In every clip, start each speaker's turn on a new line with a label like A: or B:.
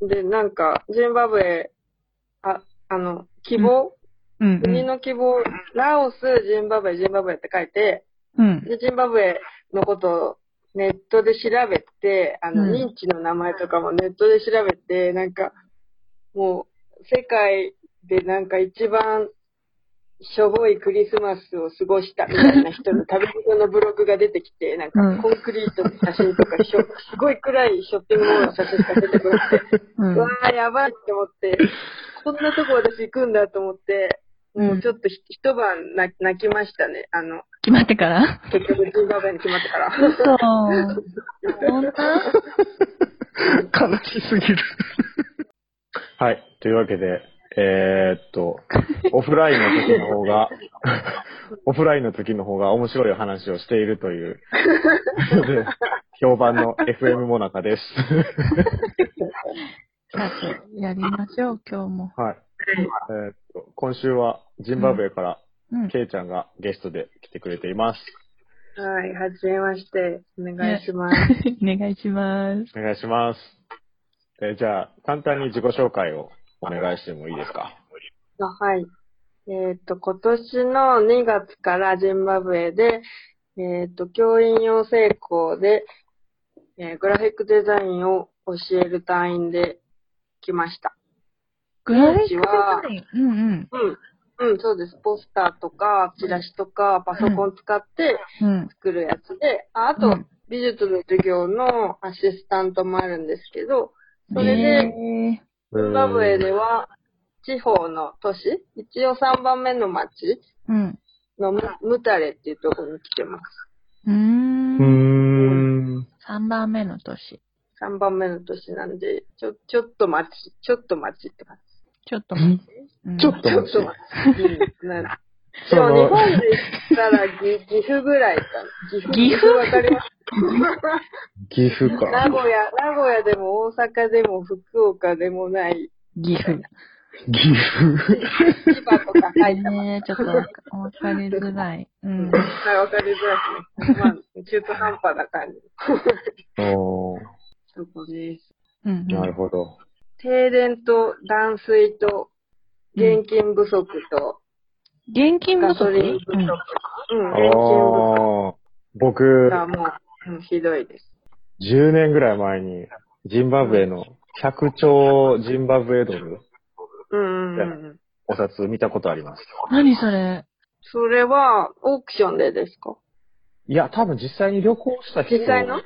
A: で、なんか、ジンバブエ、あ、あの、希望、
B: うんう
A: 国
B: ん。
A: の希望、ラオス、ジンバブエ、ジンバブエって書いて、
B: うん。
A: で、ジンバブエのことをネットで調べて、あの、
B: うん
A: 認知の名前とかもネットで調べて、なんか、もう、世界でなんか一番、しょぼいクリスマスを過ごしたみたいな人の旅人のブログが出てきて、なん
B: うん
A: かコンクリートの写真とか、しょ すごい暗いショッピングモールの写真が出てくるって、
B: う
A: うんわー、やばいって思っ て、こんなとこ私行くんだと思って、もうちょっとひ一晩泣泣きましたね。あの、
B: 決まってから
A: 結局ジンバブエに決まって から。
B: 嘘。本当
C: 悲しすぎる。はい。というわけで、えーっと、オフラインの時の方 が、オフラインの時の方が面白い話をしているという、で評判の FM もなかです。
B: さて、やりましょう、今日も。
C: はい。えーっと、今週はジンバブエから、
B: うん。
C: ケイちゃんがゲストで来てくれています。
A: はい、はじめまして。お願いします。
B: お願いします。
C: お願いします。えーじゃあ、簡単に自己紹介をお願いしてもいいですか。
A: あはい。えっ、と、今年の2月からジンバブエで、えっ、と、教員養成校で、えーグラフィックデザインを教える単位で来ました。
B: グラフィックデザイン。うん
A: うん。うん、そうです。ポスターとか、チラシとか、パソコン使って
B: うん。うん。
A: 作るやつで、ああ
B: う
A: と
B: ん、
A: 美術の授業のアシスタントもあるんですけど、それで
B: え
A: ジンバブエでは、地方の都市、一応3番目の町
B: ー、うん。
A: のムムタレっていうところに来てます。
B: うー
C: うー
B: ん。
C: ん。
B: 3番目の年。
A: 3番目の都市なんで、ちょ、ちょっと町、ちょっと町って感
B: ちょっと待って。うん
C: ちょっ
A: じ。
C: と
A: ちょっ
C: 待
A: と
C: って
A: 町。うんなでも日本で言ったら岐岐阜ぐらいかな。岐阜
B: 岐阜
A: わかります。
C: 岐阜か。
A: 名古屋、名古屋でも大阪でも福岡でもない、
B: 岐阜。
C: 岐 阜。
A: 千葉とか
B: は
A: 埼
B: い、
A: 玉。
B: ねちょっとわかわかりづらい。うん。
A: はい、わかりづらいですね。まあ、中途半端な感じ。
C: おー
A: そこです。
B: うん。
C: なるほど。
A: 停電と断水と現金不足と
B: 現金不
A: ガソ
B: 足
A: リン不足。うん、現金不
C: あー僕
A: 足、がもう、うんひどいです。
C: 10年ぐらい前に、ジンバブエの100兆ジンバブエドル、
A: うんうんうん。
C: お札見たことあります。
B: 何それ
A: それは、オークションでですか
C: いや、多分実際に旅行した人
A: 実際の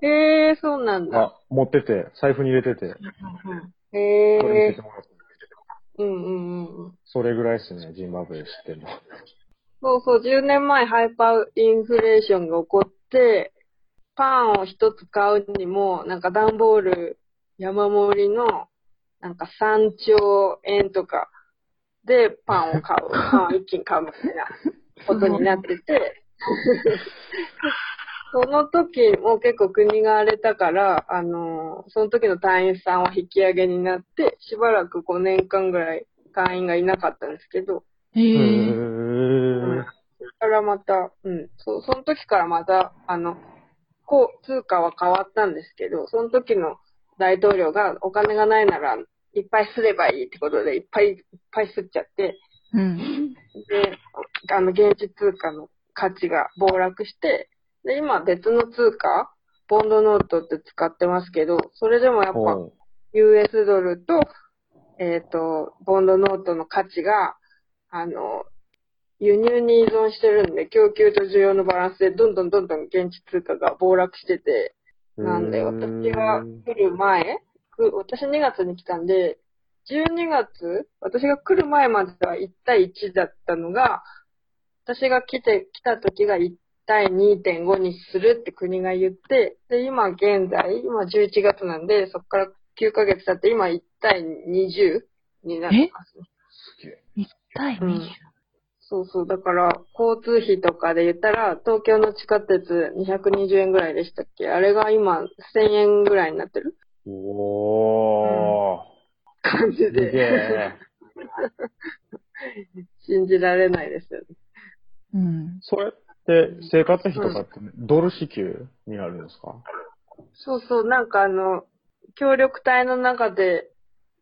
A: へえー、そうなんだ。
C: が持ってて、財布に入れてて、
A: へ
C: それ見せ
A: え
C: てもらった
A: ー、うんうんうんうん。
C: それぐらいですね、ジンバブエ知ってるの。
A: そうそう、10年前ハイパーインフレーションが起こって、パンを一つ買うにも、なんか段ボール山盛りの、なんか3兆円とかでパンを買う。パンを一気に買うみたいなことになってて、その時も結構国が荒れたから、あのその時の隊員さんは引き上げになって、しばらく5年間ぐらい隊員がいなかったんですけど、
B: へ
C: へ
B: え。
C: ー。
A: からまた、うん、そう、その時からまた、あの、こう、通貨は変わったんですけど、その時の大統領がお金がないなら、いっぱいすればいいってことで、いっぱいいっぱいすっちゃって、
B: うん。
A: で、あの、現地通貨の価値が暴落して、で、今別の通貨、ボンドノートって使ってますけど、それでもやっぱ
C: おう
A: US ドルと、えっ、と、ボンドノートの価値が、あの、輸入に依存してるんで、供給と需要のバランスで、どんどんどんどん現地通貨が暴落してて、なんで、私が来る前、く私2月に来たんで、12月、私が来る前までは1対1だったのが、私が来て、来た時が1対2.5にするって国が言って、で、今現在、今11月なんで、そこから9ヶ月経って、今1対20になってますね。
B: 第
A: う
B: 2
A: んそうそう。だから、交通費とかで言ったら、東京の地下鉄220円ぐらいでしたっけあれが今、1000円ぐらいになってる
C: おー。
A: 感じ
C: すげ
A: で、
C: え。
A: 信じられないですよね。
B: うん。
C: それって、生活費とかって、ドル支給になるんですか
A: そうそう、なんかあの、協力隊の中で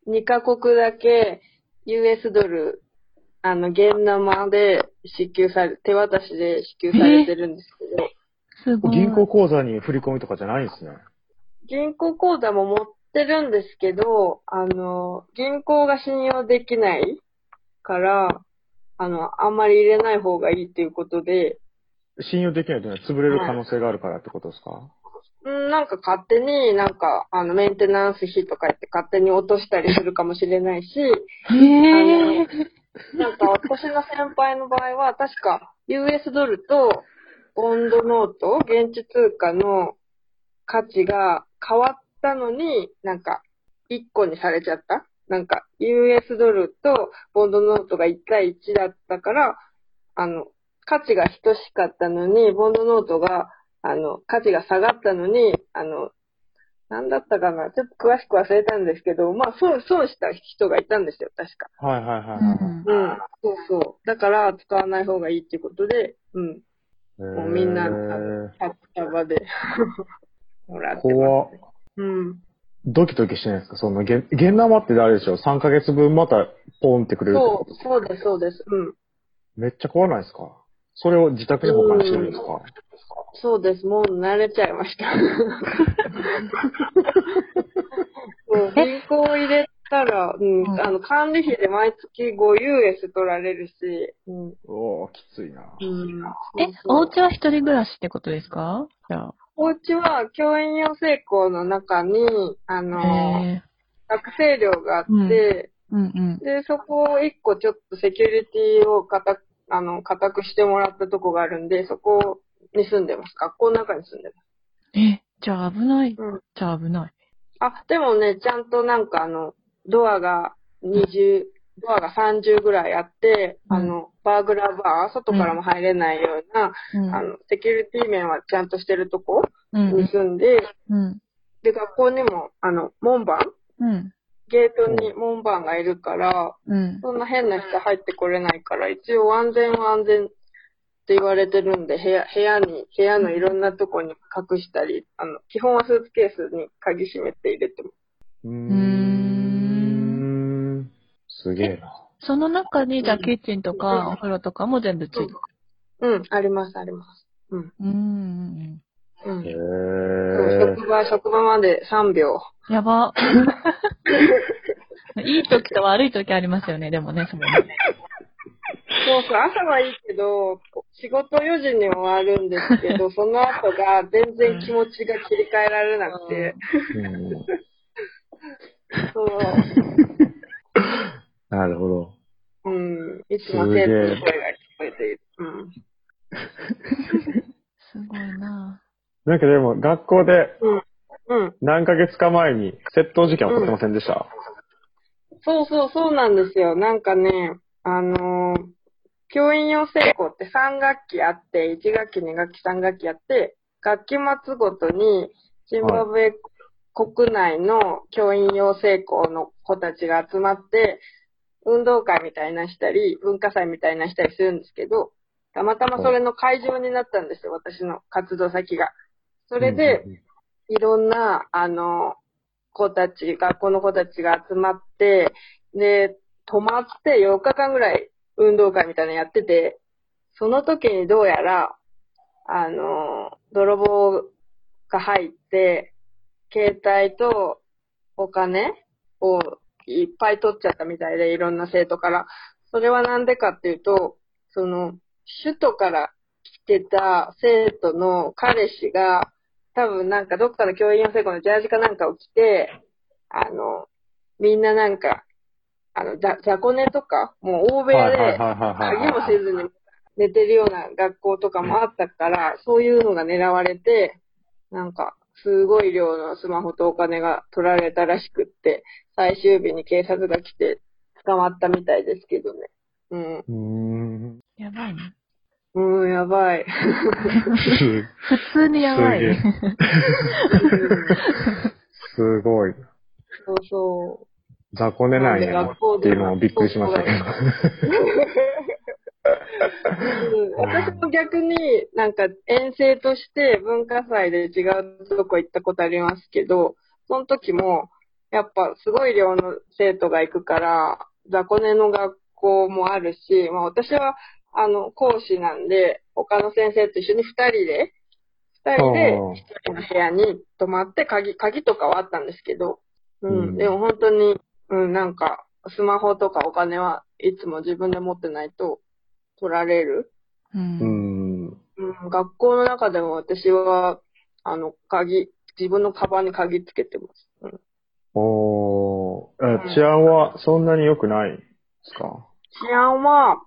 A: 2カ国だけ US ドル、あの、現生で支給され、手渡しで支給されてるんですけど、
B: すごい。
C: 銀行口座に振り込みとかじゃないんですね。
A: 銀行口座も持ってるんですけど、あの、銀行が信用できないから、あの、あんまり入れない方がいいっていうことで、
C: 信用できないというのは潰れる可能性があるからってことですか、
A: うん、なんか勝手になんか、あの、メンテナンス費とか言って勝手に落としたりするかもしれないし、
B: へえ。
A: なんか私の先輩の場合は、確か US ドルとボンドノート、現地通貨の価値が変わったのに、なんか1個にされちゃった。なんか US ドルとボンドノートが1対1だったから、あの、価値が等しかったのに、ボンドノートが、あの、価値が下がったのに、あの、なんだったかなちょっと詳しく忘れたんですけど、まあ、損、損した人がいたんですよ、確か。
C: はいはいはいは
B: うん
A: うん、そうそう。だから、使わない方がいいっていうことで、うん、
C: いはい。
A: もうみんな
C: へー
A: 札束で もらってま
C: 怖っ
A: す。うん。
C: ドキドキしてないですかその、げん、げん生ってあれでしょ ?3 ヶ月分また、ポンってくれるって
A: そ
C: こと
A: う、そうです、そうです。うん。
C: めっちゃ怖ないですかそれを自宅で保管してるんですか
A: そうです。もう慣れちゃいました。 そう銀行入れたら、うん、
B: うん
A: あの、管理費で毎月 5US 取られるし、うん。
C: おおきついな。
A: うん、
B: え
A: そう、そう
B: お家は一人暮らしってことですかじゃあ。
A: お家は、教員養成校の中に、あの、
B: へえ。
A: 学生寮があって、
B: うんうんうん。
A: で、そこを一個ちょっとセキュリティをかた、あの、固くしてもらったとこがあるんで、そこに住んでます。学校の中に住んでます。
B: え、じゃあ危ない。
A: うん
B: じゃあ危ない。
A: あ、でもね、ちゃんとなんかあの、ドアが20、ドアが30ぐらいあって、
B: うん
A: あの、バーグラーバー、外からも入れないような、
B: うん
A: あの、セキュリティ面はちゃんとしてるとこ
B: うん
A: に住んで、
B: うん。
A: で、学校にも、あの、門番
B: うん。
A: ゲートに門番がいるから、
B: うん。
A: そんな変な人入ってこれないから、一応安全は安全って言われてるんで、部屋、部屋に、部屋のいろんなとこに隠したり、あの、基本はスーツケースに鍵閉めて入れてます。
C: うー
B: ん
C: ん。すげえな。
B: その中に、じゃあ、
A: うん
B: キッチンと
A: うん
B: か、お風呂とかも全部ついてる。
A: うん、あります、あります。うん、
B: うんうん
A: う
C: へ
A: ん。そう
C: え。
A: 職場、職場まで3秒。
B: うん。やば。いい時と悪い時ありますよね、でもね、それね。
A: そうそう、朝はいいけど、仕事4時に終わるんですけ ど、その後が全然気持ちが切り替えられなくて、
C: うん
A: そう、
C: なるほど。
A: うん、いつも生徒の声が聞こえている。うん。
B: すごいな
C: なんかでも、学校で
A: うん。
C: 何ヶ月か前に窃盗事件起こってませんでした、
A: そうそう、そうなんですよ。なんかね、あのー教員養成校って3学期あって、1学期、2学期、3学期あって、学期末ごとに、ジンバブエ国内の教員養成校の子たちが集まって、運動会みたいなしたり、文化祭みたいなしたりするんですけど、たまたまそれの会場になったんですよ、私の活動先が。それで、
C: うんうんうん
A: いろんな、あの、子たち、学校の子たちが集まって、で、泊まって4日間ぐらい運動会みたいなのやってて、その時にどうやら、あの、泥棒が入って、携帯とお金をいっぱい取っちゃったみたいで、いろんな生徒から。それはなんでかっていうと、その、首都から来てた生徒の彼氏が、多分なんかどっかの教員養成校のジャージかなんかを着て、あの、みんななんか、あの、ざ、雑魚寝とか、もう欧米で、
C: はいはいはいはいは
A: 鍵
C: い
A: もせずに寝てるような学校とかもあったから、そういうのが狙われて、なんか、すごい量のスマホとお金が取られたらしくって、最終日に警察が来て捕まったみたいですけどね。うん。
C: うーん。
B: やばいね。
A: うん、やば い。
C: す
B: 普通にやばい。
C: すげえすごい。
A: そうそう。
C: 雑魚寝ないねっていうのもびっくりしましたけど。
A: うん私も逆になんか遠征として文化祭で違うとこ行ったことありますけど、校の時も、やっぱすごい量の生徒が行くから、雑魚寝の学校もあるし、まあ私は、あの、講師なんで、他の先生と一緒に二人で、二人で
C: うん
A: 一人の部屋に泊まって、鍵、鍵とかはあったんですけど、うん、
C: うん
A: でも本当に、うん、なんか、スマホとかお金はいつも自分で持ってないと取られる。
B: う。
C: うんん。
A: うん、学校の中でも私は、あの、鍵、自分のカバンに鍵つけてます。うん、
C: おーえ治安はそんなに良くないですか
A: 治安は、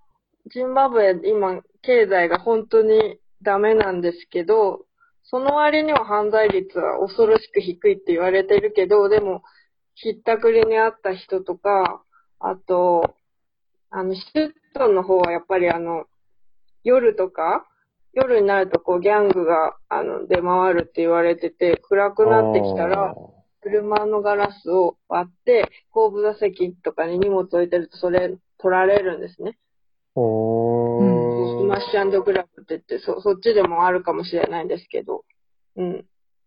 A: ジンバブエ、今、経済が本当にダメなんですけど、その割には犯罪率は恐ろしく低いって言われてるけど、でも、ひったくりにあった人とか、あと、あの、シュットンの方はやっぱりあの、夜とか、夜になるとこうギャングが、あの、出回るって言われてて、暗くなってきたら、車のガラスを割って、後部座席とかに荷物置いてると、それ取られるんですね。
C: おおー、
A: スマッシュグラブって言ってそ、そっちでもあるかもしれないんですけど。うん。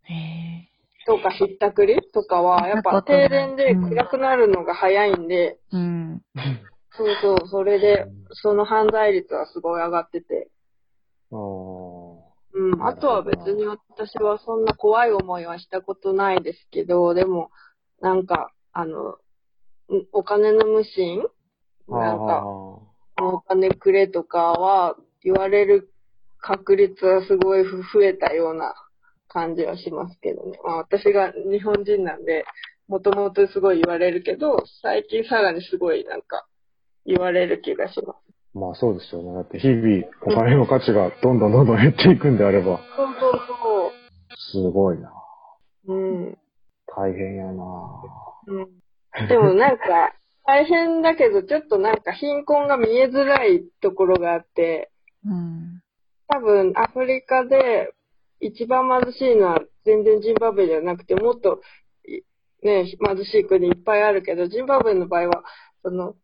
B: へ
A: とか、ひったくりとかは、やっぱ停電で暗くなるのが早いんで、
B: ーうん。
A: そうそう、それで、その犯罪率はすごい上がってて。
C: お
A: うん。あとは別に私はそんな怖い思いはしたことないですけど、でも、なんか、あの、んお金の無心
C: ー
A: なんか、
C: あ
A: お金くれとかは言われる確率はすごいふ増えたような感じはしますけどね。まあ私が日本人なんで、もともとすごい言われるけど、最近さらにすごいなんか言われる気がします。
C: ーまあそうですよね。だって日々お金の価値がどんどんどんどん減っていくんであれば、
A: そうそうそ
C: すごいな。
A: う。うん。
C: 大変やな。
A: うん。でもなんか、大変だけど、ちょっとなんか貧困が見えづらいところがあって、
B: うん。
A: 多分アフリカで一番貧しいのは全然ジンバブエじゃなくてもっといね貧しい国いっぱいあるけどジンバブエの場合はその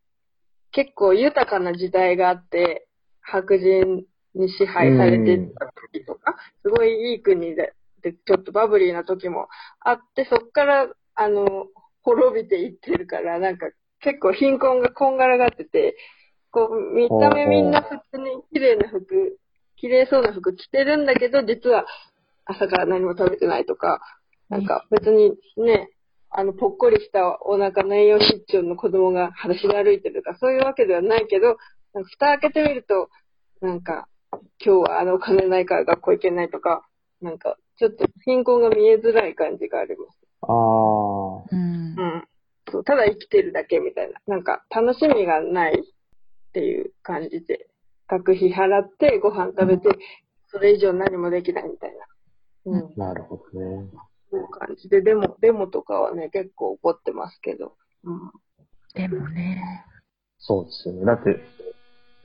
A: 結構豊かな時代があって白人に支配されてた時とかすごいいい国ででちょっとバブリーな時もあってそこからあの滅びていってるからなんか結構貧困がこんがらがっててこう見た目みんな普通に綺麗な服綺麗そうな服着てるんだけど、実は朝から何も食べてないとか、なんか別にね、あの、ぽっこりしたお腹の栄養失調の子供が裸足で歩いてるとか、そういうわけではないけど、なんか蓋開けてみると、なんか、今日はあのお金ないから学校行けないとか、なんか、ちょっと貧困が見えづらい感じがあります。
C: ああ。
B: うん
A: う。ん。そう、ただ生きてるだけみたいな。なんか、楽しみがないっていう感じで、学費払って、ご飯食べて、それ以上何もできないみたいな。うん。
C: なるほどね。
A: そういう感じで、でも、デモとかはね、結構怒ってますけど。
B: でもね。
C: そうですよね。だって、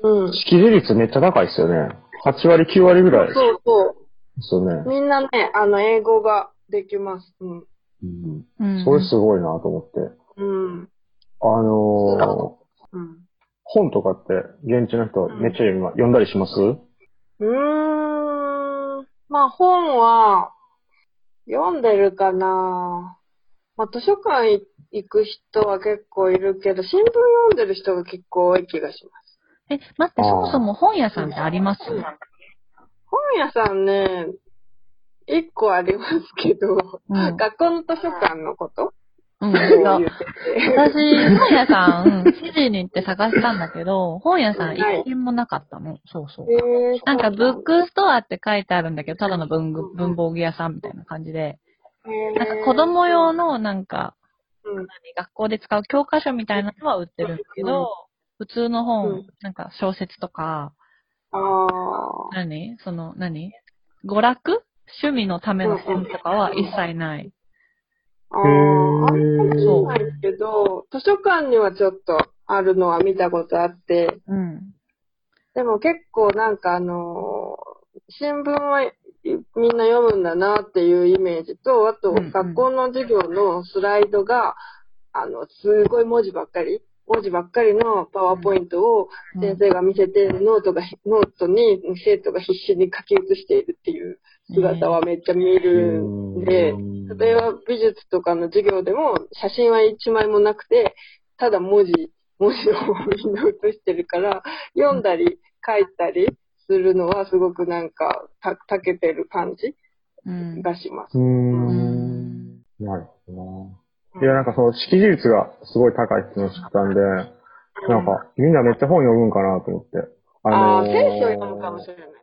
A: うん。うん。
C: 識字率めっちゃ高いですよね。8割、9割ぐらいで
A: そうそ
C: すよ
A: う。
C: ね。
A: みんなね、あの、英語ができます。うん。
C: うん
B: うん。
C: それすごいなと思って。
A: うん。
C: あのー、
A: うん。
C: 本とかって現地の人めっちゃ今読んだりします
A: うーん。まあ本は読んでるかな。まあ図書館い行く人は結構いるけど、新聞読んでる人が結構多い気がします。
B: え、待って、そもそも本屋さんってあります
A: 本屋さんね、一個ありますけど、
B: うん
A: 学校の図書館のこと
B: うん。
A: を言っ
B: 私、
A: てて。
B: 本屋さん、うん記事に行って探したんだけど、本屋さん一
A: はい
B: 軒もなかったの。そうそう。
A: えー
B: なんか、ブックストアって書いてあるんだけど、ただの文具文房具屋さんみたいな感じで、なんか子供用、のなんか、
A: うん
B: 学校で使う教科書みたいなのは売ってるんだけど、普通の
A: う
B: 本
A: ん、
B: なんか小説とか、
A: ああ、
B: 何その、何娯楽趣味のための本とかは一切ない。
A: ああ、あんまり
B: そう
A: ないけど、図書館にはちょっとあるのは見たことあって、
B: うん。
A: でも結構なんかあのー新聞はいみんな読むんだなっていうイメージと、あと
B: うんうん
A: 学校の授業のスライドが、あの、すごい文字ばっかり、文字ばっかりのパワーポイントを
B: うん
A: 先生が見せて、ノートが、ノートに生徒が必死に書き写しているっていう姿はめっちゃ見るんで、
C: うん
A: 例えば美術とかの授業でも写真は一枚もなくて、ただ文字、文字をみんな写してるから、読んだり書いたりするのはすごくなんか、た、たけてる感じ
B: うん。
A: がします。
C: う。
B: うんん。
C: なるほどな。いや、なんかその、識字率がすごい高いっていうのを知ったんで、なんか、みんなめっちゃ本読むんかなと思って。
A: あ
C: の
A: あ、
C: ー
A: 選手を読むかもしれない。